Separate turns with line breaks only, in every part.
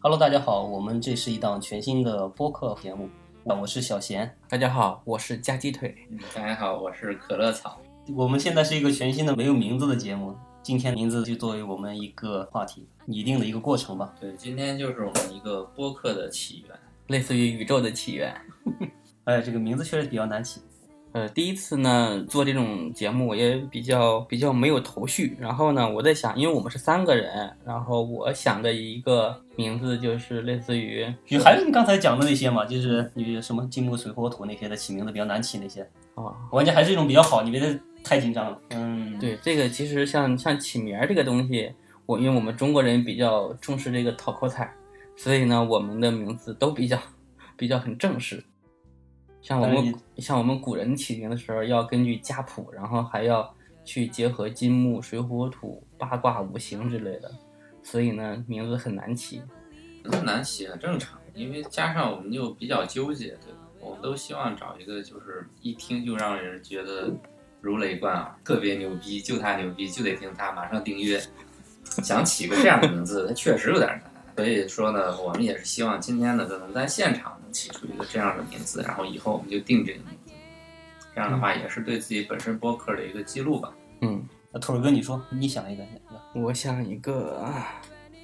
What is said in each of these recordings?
Hello，大家好，我们这是一档全新的播客节目，啊，我是小贤。
大家好，我是夹鸡腿。
大家好，我是可乐草。
我们现在是一个全新的没有名字的节目，今天名字就作为我们一个话题拟定的一个过程吧。
对，今天就是我们一个播客的起源。
类似于宇宙的起源。
哎，这个名字确实比较难起，
呃，第一次呢做这种节目，我也比较比较没有头绪。然后呢，我在想，因为我们是三个人，然后我想的一个名字就是类似于
就还是你刚才讲的那些嘛，就是你什么金木水火土那些的起名字比较难起那些，
哦，
我感觉还是一种比较好，你别太紧张了。嗯，
对，这个其实像像起名儿这个东西，我因为我们中国人比较重视这个讨口彩，所以呢，我们的名字都比较比较很正式。像我
但是
们像我们古人起名的时候，要根据家谱，然后还要去结合金木水火土、八卦五行之类的，所以呢，名字很难起。
那难起很正常，因为加上我们又比较纠结，对吧？我们都希望找一个就是一听就让人觉得如雷贯耳，特别牛逼，就他牛逼，就得听他，马上订阅。想起个这样的名字，它确实有点难。所以说呢，我们也是希望今天呢，都能在现场能起出一个这样的名字，然后以后我们就定这个名字。这样的话，也是对自己本身播客的一个记录吧。
嗯，
那兔儿啊哥，你说你想一个，
我想一个，啊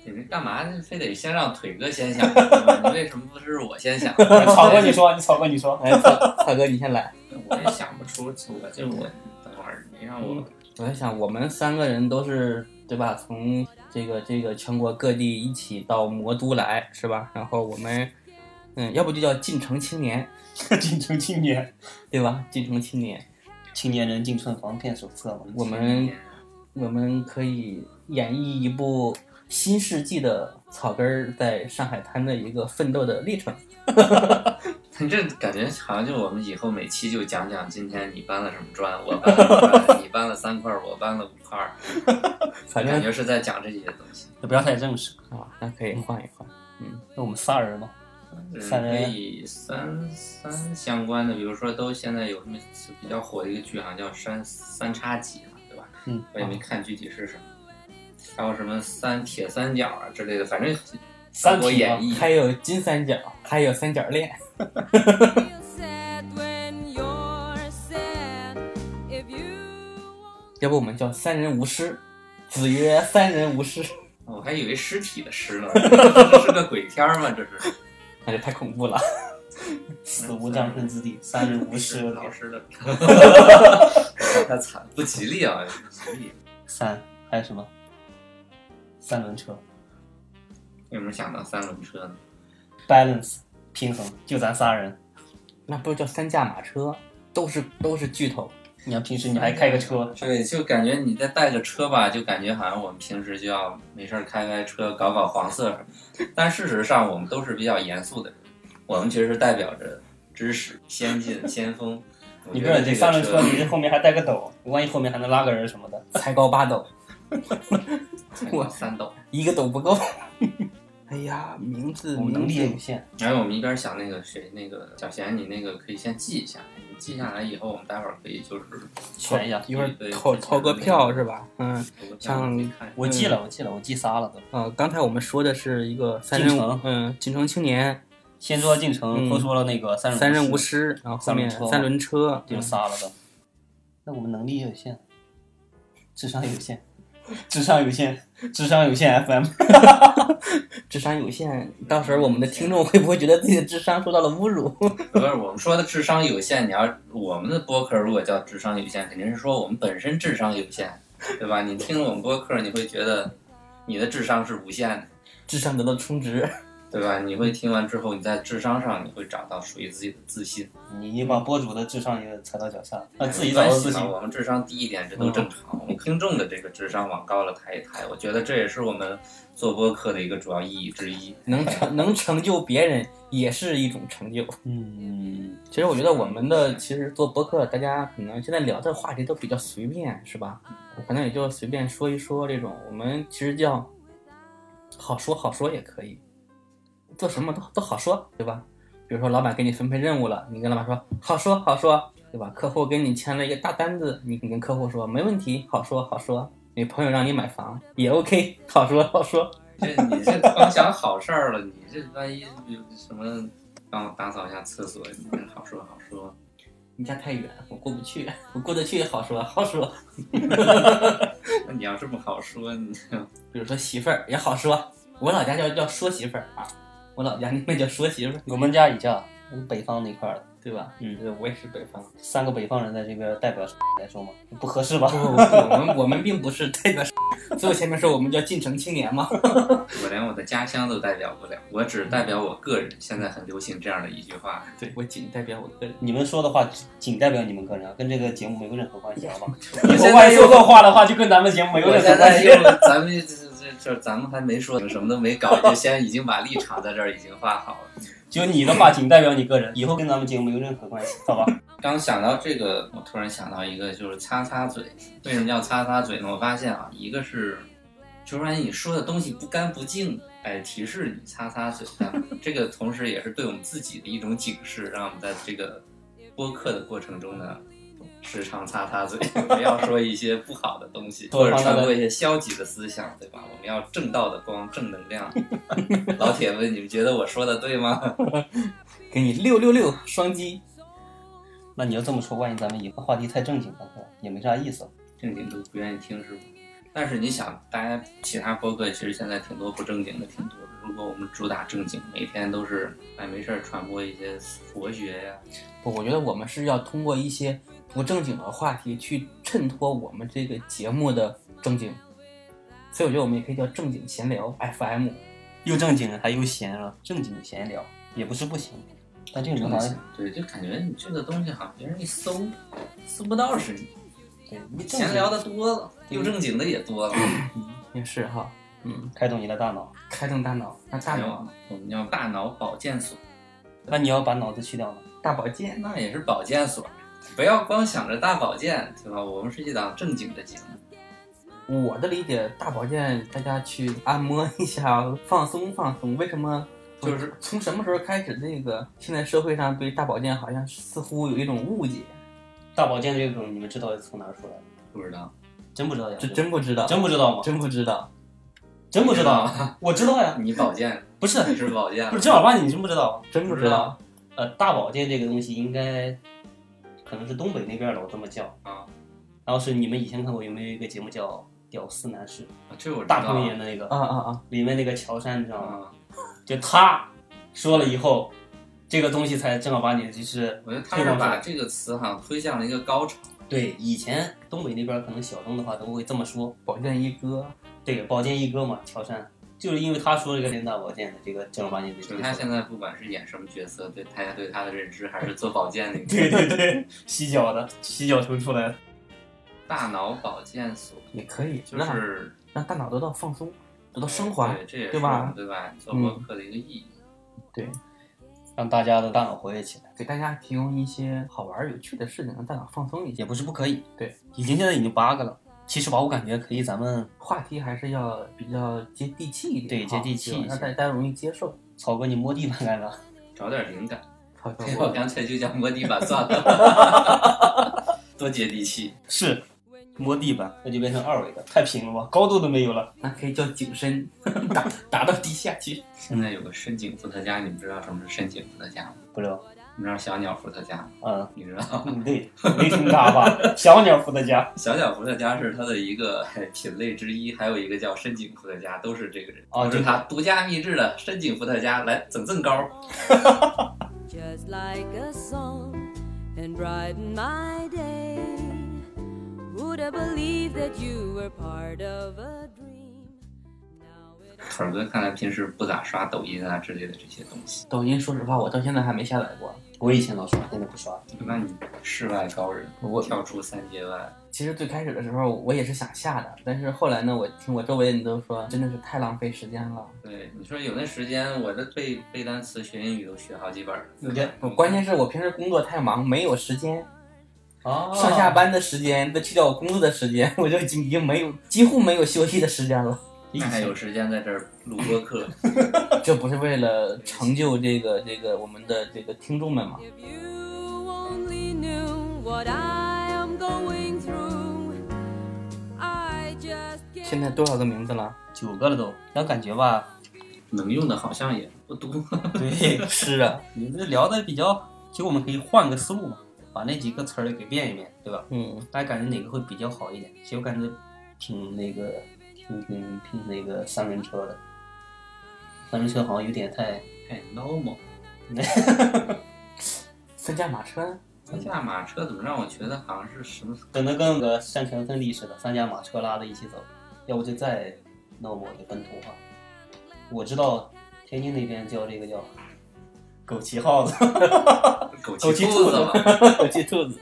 你们干嘛非得先让腿哥先想？你为什么不是我先想？草
草哥你，说，你草哥你 说，
哎，草草哥你先来。
我也想不出，我就我等会儿你让我
我在想，我们三个人都是对吧？从这个这个全国各地一起到魔都来是吧？然后我们，嗯，要不就叫进城青年，
进城青年，
对吧？进城青年，
青年人进城防骗手册嘛。
我们
啊
我们可以演绎一部新世纪的草根儿在上海滩的一个奋斗的历程。
这感觉好像就我们以后每期就讲讲今天你搬了什么砖，我搬了什么砖，你搬了三块，我搬了五块，
反
感
正
觉是在讲这些东西。
也不要太正式，
啊，那可以换一换。嗯，
那我们仨人嘛，
就是
三人
可以三三相关的，比如说都现在有什么比较火的一个剧，好像叫三三叉戟嘛，对吧？
嗯，
我也没看具体是什么，还有什么三铁三角啊之类的，反正
三
中国
体
演
嘛
绎
啊还有金三角，还有三角恋。
feel sad when you're sad if you
要不我们叫三人无师？子曰：“三人无师。”
我还以为尸体的尸 呢，这是个鬼片儿吗？这是
那就太恐怖了。
死无葬身之地，三人无尸。
老 师的，太惨，不吉利啊，不吉利。
三还有什么？三轮车
为什么想到三轮车呢？
balance 平衡，就咱仨人。
那不是叫三驾马车，都是都是巨头。
你看平时你还开个车，
对，就感觉你再带个车吧，就感觉好像我们平时就要没事儿开开车，搞搞黄色什么的。但事实上，我们都是比较严肃的人，我们其实代表着知识、先进、先锋。我
你
觉
不
得
是
这
你
个
三轮车，
车
你这后面还带个斗，万一后面还能拉个人什么的。
才高八斗，
我三斗。
一个斗不够。 哎呀，名字
我们能力也
名
有
字
限，
然后我们一边想那个谁，那个小贤，你那个可以先记一下，你记下来以后，我们待会儿可以就是
选一下。
一会儿
对
投
之前
投个
的那
票
个
是吧？嗯，
投个票
像
你看一下
我记
嗯
了，我记了，我记仨了都。
呃，刚才我们说的是一个三人
进城
嗯进城青年，
先说进城，
嗯
后说了那个三人
三人
无
无，师，然后后
三轮
面
车
三轮车，嗯
就仨了都。那我们能力也有限，智商有限，智商有限，智商有限 FM。
嗯智商有限，到时候我们的听众会不会觉得自己的智商受到了侮辱？
不是我们说的智商有限，你要我们的播客如果叫智商有限，肯定是说我们本身智商有限，对吧？你听我们播客，你会觉得你的智商是无限的，
智商得到充值，
对吧？你会听完之后，你在智商上你会找到属于自己的自信，
你你把博主的智商也踩到脚下了，那自己
没
找
关
到
系
自己嗯
嘛。。我们智商低一点，这都正常。我们听众的这个智商往高了抬一抬，我觉得这也是我们做播客的一个主要意义之一。
能成能成就别人也是一种成就。
嗯，
其实我觉得我们的其实做播客，大家可能现在聊的话题都比较随便，是吧？可能也就随便说一说这种。我们其实叫好说好说也可以，做什么都都好说，对吧？比如说老板给你分配任务了，你跟老板说好说好说，对吧？客户跟你签了一个大单子，你你跟客户说没问题，好说好说。你朋友让你买房也 OK，好说好说。
这你 这光想好事儿了，你这万一有什么帮我打扫一下厕所，你这好说好说。
你家太远，我过不去，我过得去好说好说。
那你要这么好说，你
比如说媳妇儿也好说，我老家叫叫说媳妇儿啊，我老家那边叫说媳妇儿，
我们家也叫我们北方那块儿的，
对吧？
嗯
对，我也是北方。
三个北方人在这边代表来说嘛，不合适 吧？
不不不，我们我们并不是代表，所以我前面说我们叫进城青年嘛。
我连我的家乡都代表不了，我只代表我个人。现在很流行这样的一句话，
对我仅代表我个人。
你们说的话只仅代表你们个人啊，跟这个节目没有任何关系，好吧？
我
如果
现
万
在
一
又
说错话的话，就跟咱们节目 没有
我
任何
现
关
在
系。
又咱们这这这咱们还没说什么都没搞，就先已经把立场在这儿已经画好了。
就你的话仅代表你个人，以后跟咱们节目没有任何关系，好吧？
刚想到这个，我突然想到一个，就是擦擦嘴。为什么叫擦擦嘴呢？我发现啊，一个是，就是万一你说的东西不干不净，哎，提示你擦擦嘴的， 这个同时也是对我们自己的一种警示，让我们在这个播客的过程中呢，时常擦擦嘴， 不要说一些不好的东西，或者传播一些消极的思想，对吧？我们要正道的光，正能量。 老铁们，你们觉得我说的对吗？
给你六六六双击，
那你要这么说，万一咱们以后话题太正经了，也没啥意思了。
正经都不愿意听是吗？但是你想，大家其他播客其实现在挺多不正经的，挺多的。如果我们主打正经，每天都是哎没事儿传播一些佛学呀、
不，我觉得我们是要通过一些不正经的话题去衬托我们这个节目的正经，所以我觉得我们也可以叫正经闲聊 FM。
又正经还又闲啊，正经闲聊也不是不行，但这个人好像
对，就感觉你这个东西好像别人一搜，搜不到是你。
对你正
闲
经
聊的多了，又正经的也多 了。
也是哈，嗯，
开动你的大脑，
开动大脑，那大
还
脑啊
有我们叫大脑保健所，
那你要把脑子去掉呢？
大保健，
那也是保健所，不要光想着大保健，对吧？我们是一档正经的节目。
我的理解，大保健大家去按摩一下，放松放松。为什么？
就是
从什么时候开始，那个现在社会上对大保健好像似乎有一种误解，
大保健这个梗你们知道是从哪儿出来的？
不知道，
真不知道呀？
这真不知道，
真不知道吗？
真不知道。
真不知道啊
不知道，啊
我知道呀，
你保健
不是
你是保健了，
不是正儿八经，你真不知道吗？啊
真不
不
知
知
道
道，
呃，大保健这个东西应该可能是东北那边老这么叫
啊。
然后是你们以前看过有没有一个节目叫《屌丝男士
啊这我》，知
大
道
鹏演的那个，
啊啊啊！
里面那个乔杉，你知道吗？
啊，
就他说了以后，这个东西才正儿八经，就是
我觉得他是把这个词好像推向了一个高潮。
对以前东北那边可能小众的话都会这么说，
保健一哥，
对，保健一哥嘛，乔杉就是因为他说这个练大保健的这个正儿八经的这
就
个
是他现在不管是演什么角色，对大家对他的认知还是做保健那 个
对对对，洗脚的洗脚城出来的，
大脑保健所，
也可以
就
让
是呃
让大脑得到放松，得到升华。
对，这也
啊对
是
吧
我们对吧？做播客的一个意义。
让大家的大脑活跃起来，
给大家提供一些好玩儿有趣的事情，让大脑放松一
也
些。
不是不可以。
对，
已经现在已经八个了，其实吧，我感觉可以，咱们
话题还是要比较接地气一点，
对
哈
接地气
对吧
一些
让大家容易接受。
曹哥你摸地板干啥？
找点灵感，
好像
我
我
干脆就叫摸地板算了，多接地气。
是摸地板，那就变成二维的，太平了吧，高度都没有了。
那可以叫景深，打打到地下去。
现在有个深井伏特加，你们知道什么是深井伏特加吗？
不知道，
你们知道小鸟伏特加吗？
嗯，
你知道吗？
嗯对，没听他吧？小鸟伏特加
小鸟伏特加是它的一个 哎品类之一，还有一个叫深井伏特加，都是这个人，
哦
都
这
是
个
他独家秘制的深井伏特加，来整增高。
just like a song and brighten my day. Would I believe that you were part of a dream? Now it
腿哥看来平时不咋刷抖音啊之类的这些东西，
抖音，说实话，我到现在还没下载过。
我以前老刷，现在不刷了。
那你世外高人，
我
跳出三界外，
其实最开始的时候，我也是想下的，但是后来呢，我听我周围人都说，真的是太浪费时间了。
对你说有那时间，我这背背单词、学英语都学好几本了。
你这
我关键是我平时工作太忙，没有时间，
哦
上下班的时间再去掉我工作的时间， 我就已经已经没有几乎没有休息的时间了。
那还有时间在这儿录播客，
这不是为了成就这个这个我们的这个听众们嘛？
If you only knew what I am going through, I just can't.
现在多少个名字了？
九个了都，但感觉吧，
能用的好像也不多。
对，
是啊，
你们这聊的比较，其实我们可以换个思路嘛，把那几个词儿给变一变，对吧？
嗯，
大家感觉哪个会比较好一点？其实我感觉挺那个，挺挺挺那个三轮车的，三轮车好像有点太，
哎，normal，
三驾马车，
三驾马车怎么让我觉得好像是什么？
可能跟那个山泉分离似的，三驾马车拉着一起走，要不就再那我就本土化。我知道天津那边叫这个叫枸杞耗子， 枸
枸杞
杞
兔
兔
子
子
吧？
枸杞兔子，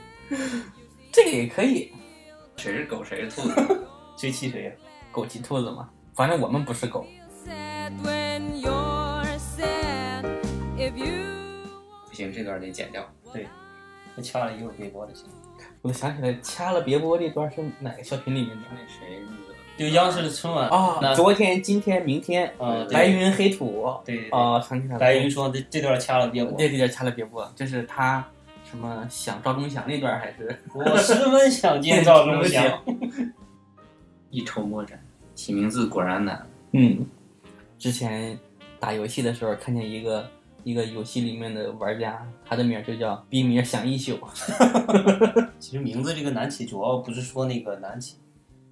这个也可以，
谁是狗谁是兔子？
谁气谁呀？
枸杞兔子嘛，反正我们不是狗，
Sad when you're sad if you
不行，这段得剪掉。
对，那掐了一会儿微博就行。
我都想起来掐了别播这段是哪个小品里面的
那谁那个？
就央视的春晚
啊？
那
昨天、今天、明天，
啊对
呃白云黑土，
对对对
啊，想起来了，
白云说这这段掐了别播。
那段掐了别播，就是他什么想赵忠祥那段还是
我十分想见赵 忠祥。
一筹莫展，起名字果然难。
嗯， 之前打游戏的时候看见一个一个游戏里面的玩家，他的名儿就叫逼名响一宿，
其实名字这个难起，主要不是说那个难起，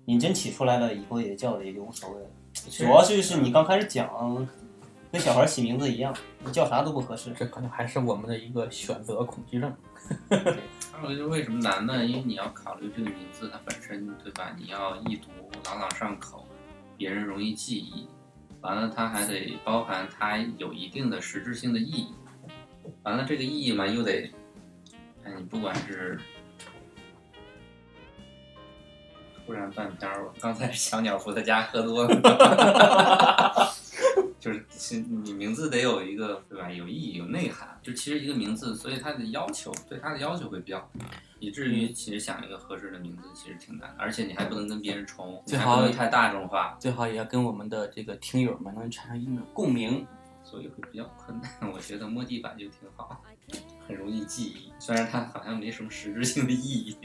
你真起出来了以后也叫的也就无所谓了。主要就是你刚开始讲，跟小孩起名字一样，你叫啥都不合适。
这可能还是我们的一个选择恐惧症。
还有就是为什么难呢？因为你要考虑这个名字它本身，对吧？你要易读、朗朗上口，别人容易记忆。完了，它还得包含它有一定的实质性的意义。完了，这个意义嘛，又得，哎，你不管是突然断片儿了，刚才小鸟伏特加喝多了， 就是是你名字得有一个对吧？有意义、有内涵。就其实一个名字，所以它的要求对它的要求会比较高，以至
嗯
于其实想一个合适的名字其实挺难的，而且你还不能跟别人重，你
最
还
好
不能太大众化，
最好也要跟我们的这个听友们能产生一定的共鸣。
所以会比较困难。 我觉得摸地板就挺好，很容易记忆，虽然它好像没什么实质性的意义。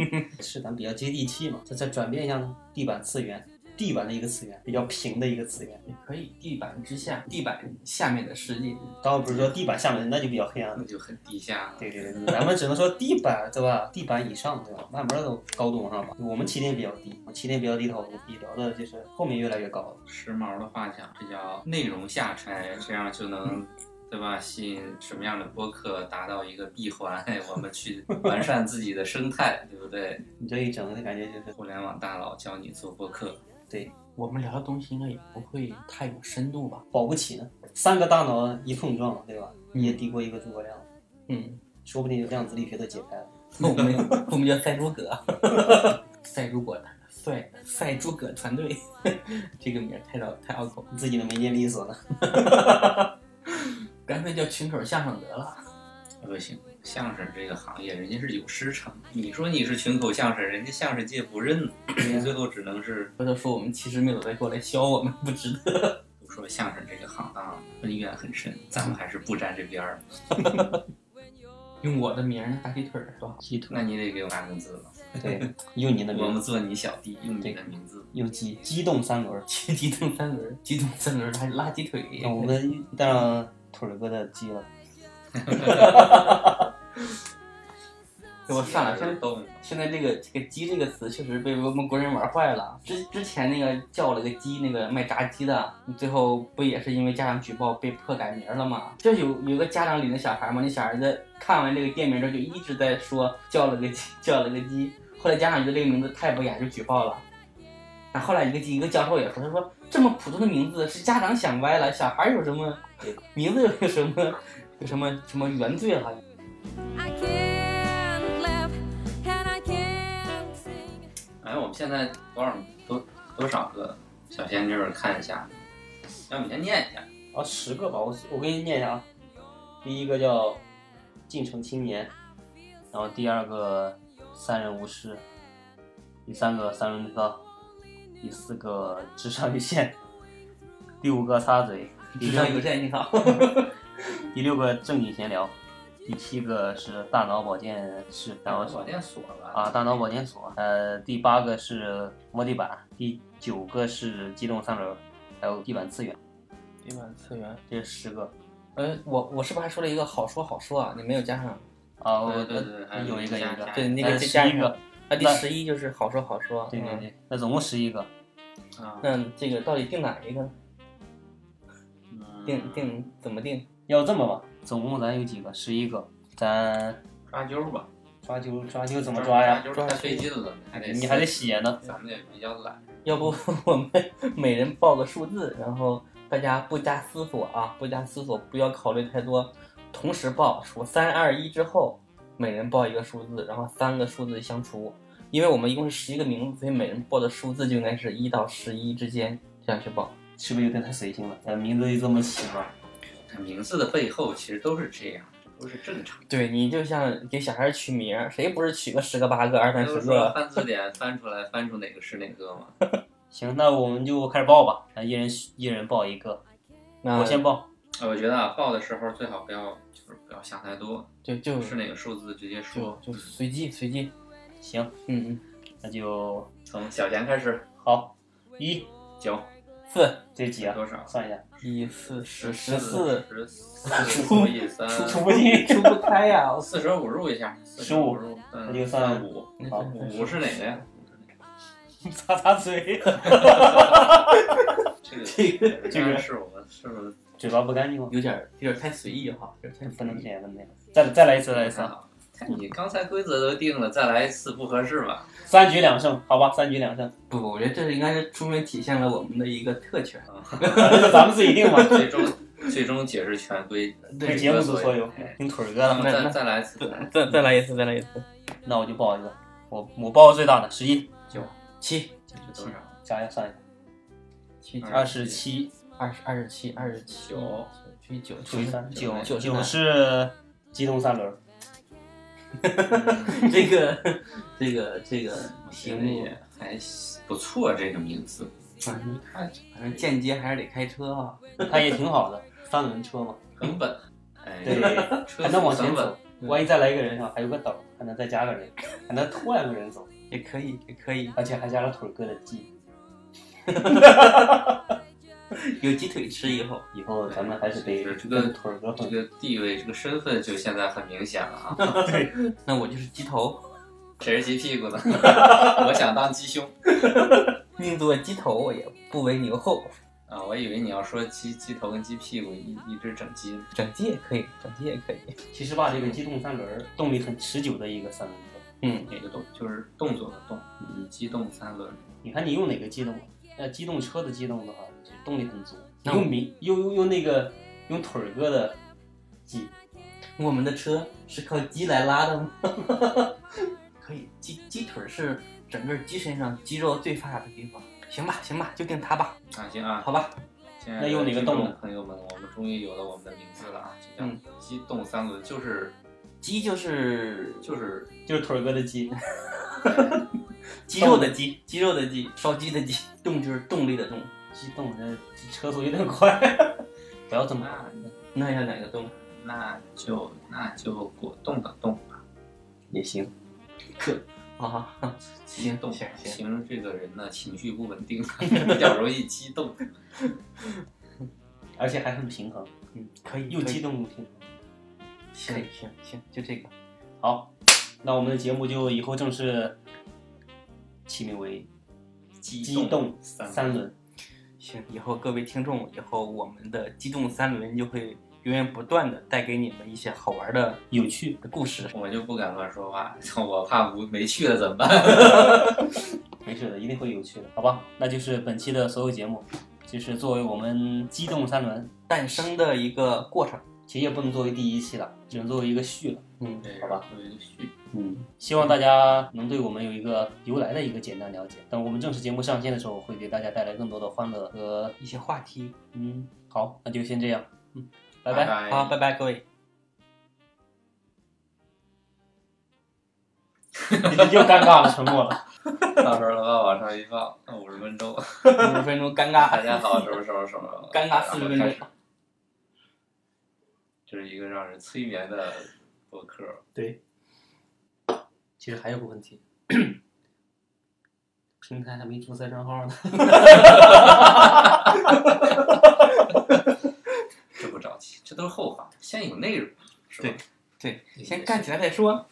是咱比较接地气嘛，再再转变一下地板次元，地板的一个次元，比较平的一个次元。
也可以，地板之下，地板下面的世界。
当然不是说地板下面那就比较黑暗了
那。就很低下了。
对对对，咱们只能说地板对吧？地板以上对吧？慢慢的高度往上吧。我们起点比较低，我们起点比较低的话，我们比聊的就是后面越来越高了。
时髦的话讲，这叫内容下沉，这样就能，对吧？吸引什么样的播客，达到一个闭环， 我们去完善自己的生态，对不对？
你这一整的感觉就是
互联网大佬教你做播客，
对，
我们聊的东西应该也不会太有深度吧？嗯
保不齐呢，三个大脑一碰撞，对吧？你也敌过一个诸葛亮，
嗯，
说不定量子力学都解开了。
那我们我们叫赛诸葛， 赛诸葛赛赛诸葛团队， 这个名儿太绕太拗口，
你自己都没念利索呢，
干脆叫群口相声得了。
不行。相声这个行业，人家是有师承。你说你是群口相声，人家相声界不认，你最后只能是
回头说我们其实没有在过来削我们，不值得。
我说相声这个行当恩怨很深，咱们还是不沾这边儿。
用我的名儿大鸡腿儿多好，
鸡腿
那你得给我打工资了，
对，用你的
我
名
们
字，
做你小弟，用你的名字。
用鸡机动三轮。
去鸡动三轮儿，鸡动三轮儿还拉鸡腿。
那 我们带上腿儿哥的鸡了，
给我上两
身
身
动。
现在这个这个“鸡”这个词确实被我们国人玩坏了。之之前那个叫了个鸡，那个卖炸鸡的，最后不也是因为家长举报被迫改名了吗？就有有个家长领着小孩嘛，那小孩在看完这个店名之后就一直在说叫了个鸡，叫了个鸡。后来家长觉得这个名字太不雅，就举报了。那后来一个一个教授也说，他说这么普通的名字是家长想歪了，小孩有什么名字有什么有什么什么原罪了？
I can't laugh and I can't sing
哎，我们现在多少多多少个小仙女儿看一下，让我们先念一下。
啊，十个吧，我我给你念一下啊。第一个叫进城青年，然后第二个三人无事，第三个三轮车，第四个智商有限，第五个擦嘴，第
智
六
商有限，你好。
第六个正经闲聊，第七个是大脑保健室，然后是
保健所吧？
啊，大脑保健所，呃，第八个是摸地板，第九个是机动三轮，还有地板次元，
地板次元。
这十个。
呃，我我是不是还说了一个好说好说啊？你没有加上。
啊，我
对对对，还
有一个有
加
一个
加
对，那
呃
个再
11
加上
个。
那第
那
十一就是好说好说。
对对
嗯。
对，那总共十一个。
啊，
那这个到底定哪一个呢？
嗯
定定怎么定？
要这么吧，总共咱有几个？十一个，咱
嗯抓阄吧？
抓阄抓阄怎么抓呀？
抓阄太费劲了，还得
你还得写呢。
咱们也比较懒，
要不 我们每人报个数字，然后大家不加思索啊，不加思索，不要考虑太多，同时报数三二一之后，每人报一个数字，然后三个数字相除，因为我们一共是十一个名字，所以每人报的数字就应该是一到十一之间这样去报。
是不是有点太随性了？咱名字就这么起嘛。
名字的背后其实都是这样，都是正常。
对你就像给小孩取名儿，谁不是取个十个八个二三
都
十
是说
个？
翻字典翻出来，翻出哪个是哪个嘛？
行，那我们就开始报吧，咱一人一人报一个。
那
我先报，
我觉得啊，报的时候最好不要就是不要想太多，
就就
就是哪个数字直
就
接说。
就随机随机，
行，
嗯嗯，
那就
从小钱开始，
好，一
九
四
这几啊？
多少？
算一下，
一四十
十
四，
十四除以三，
数不 清，
出不开呀、我
四舍五入一下，四舍
15
入，
那
那
就算
算五。
那
好
五是哪个呀？
擦擦嘴，
这个
这个这个
是我们是我们
嘴巴不干净吗？
有点儿有点儿太随意哈，有点儿太随意
不能这样，不能这样。再再来一次，再来一次
看
啊！
好。看你刚才规则都定了，再来一次不合适吧？
三局两胜，好吧，三局两 胜，
不，我觉得这是应该是充分体现了我们的一个特权。
这是咱们自己定 嘛。
最终最终解释权规。哎
这
对
节目组所有，听腿儿哥
咱
了。
们
那
再
那
再来一次，再来一次
再再来一次，再来一次。
那我就报一个，我我报个最大的十一，
七
这多少？
加一下算一下，
七九
二十七
二十二十七二十七
九
除以九
除以三，
九
九
九十
九
三
是机动三轮，
这个这个这个 题目
也还不错，这个名字。
反正反正间接还是得开车啊。
它也挺好的，三轮车嘛，
很稳，哎，
对，
车
还能往前
很稳
走。。万一再来一个人上，还有个斗，还能再加个人，还能拖两个人走，
也可以，也可以，
而且还加了腿儿哥的鸡。
有鸡腿吃以后。
以后咱们还是得
是这个
跟腿儿哥
这
混。
个地位，这个身份就现在很明显了啊！
那我就是鸡头，
谁是鸡屁股呢？ 我想当鸡胸
宁做鸡头，我也不为牛后。
啊！我以为你要说鸡鸡头跟鸡屁股一一只整鸡呢。
整鸡也可以，整鸡也可以。
其实吧，这个机动三轮儿动力很持久的一个三轮车，
嗯，
哪个动就是动作的动，嗯，机动三轮。
你看你用哪个机动？呃，机动车的机动的话，就动力很足。
那
用米用用用那个用腿儿哥的鸡，
我们的车是靠鸡来拉的吗？ 可以，鸡鸡腿是整个鸡身上肌肉最发达的地方。行吧，行吧，就定它吧，
啊，行啊，
好吧。
亲爱
那用哪个
听众
动呢
朋友们，我们终于有了我们的名字了啊！就叫
嗯
机动三轮，就是
鸡就是
就是
就是腿儿哥的 鸡。
肌肉的鸡，肌肉的鸡，烧鸡的鸡，动就是动力的动。
激动，这车速有点快，不要这么
那
那要哪个动？
那就那就果冻的冻吧，
也行。
啊，
激
行
动
行行
形容这个人呢情绪不稳定，比较容易激动。
而且还很平衡，
嗯，可以，
又
可以
激，动又平衡。
行行行，就这个。
好，那我们的节目就以后正式起名为
激
机动
三
三轮。
行，以后各位听众，以后我们的机动三轮就会源源不断的带给你们一些好玩的
有趣，
故事。
我就不敢乱说话，我怕不没去了怎么办？
没事的，一定会有趣的，好吧？那就是本期的所有节目，就是作为我们机动三轮，
诞生的一个过程。
其实也不能作为第一期了，只能作为一个序了。
嗯，
好吧，
有一个序。
嗯，希望大家能对我们有一个由来的一个简单了解。等我们正式节目上线的时候，会给大家带来更多的欢乐和
一些话题。
嗯，好，那就先这样，嗯，拜拜。
拜拜
好，拜拜各位。
又尴尬了，沉默了。
到时候的话往上一放，五十分钟。
五十分钟尴尬。
大家好，什么什么什么，
尴尬40分钟
然后开始。这是一个让人催眠的播客，
对，其实还有个问题， 平台还没注册账号呢。
这不着急，这都是后话，先有内容，是吧？
对先干起来再说。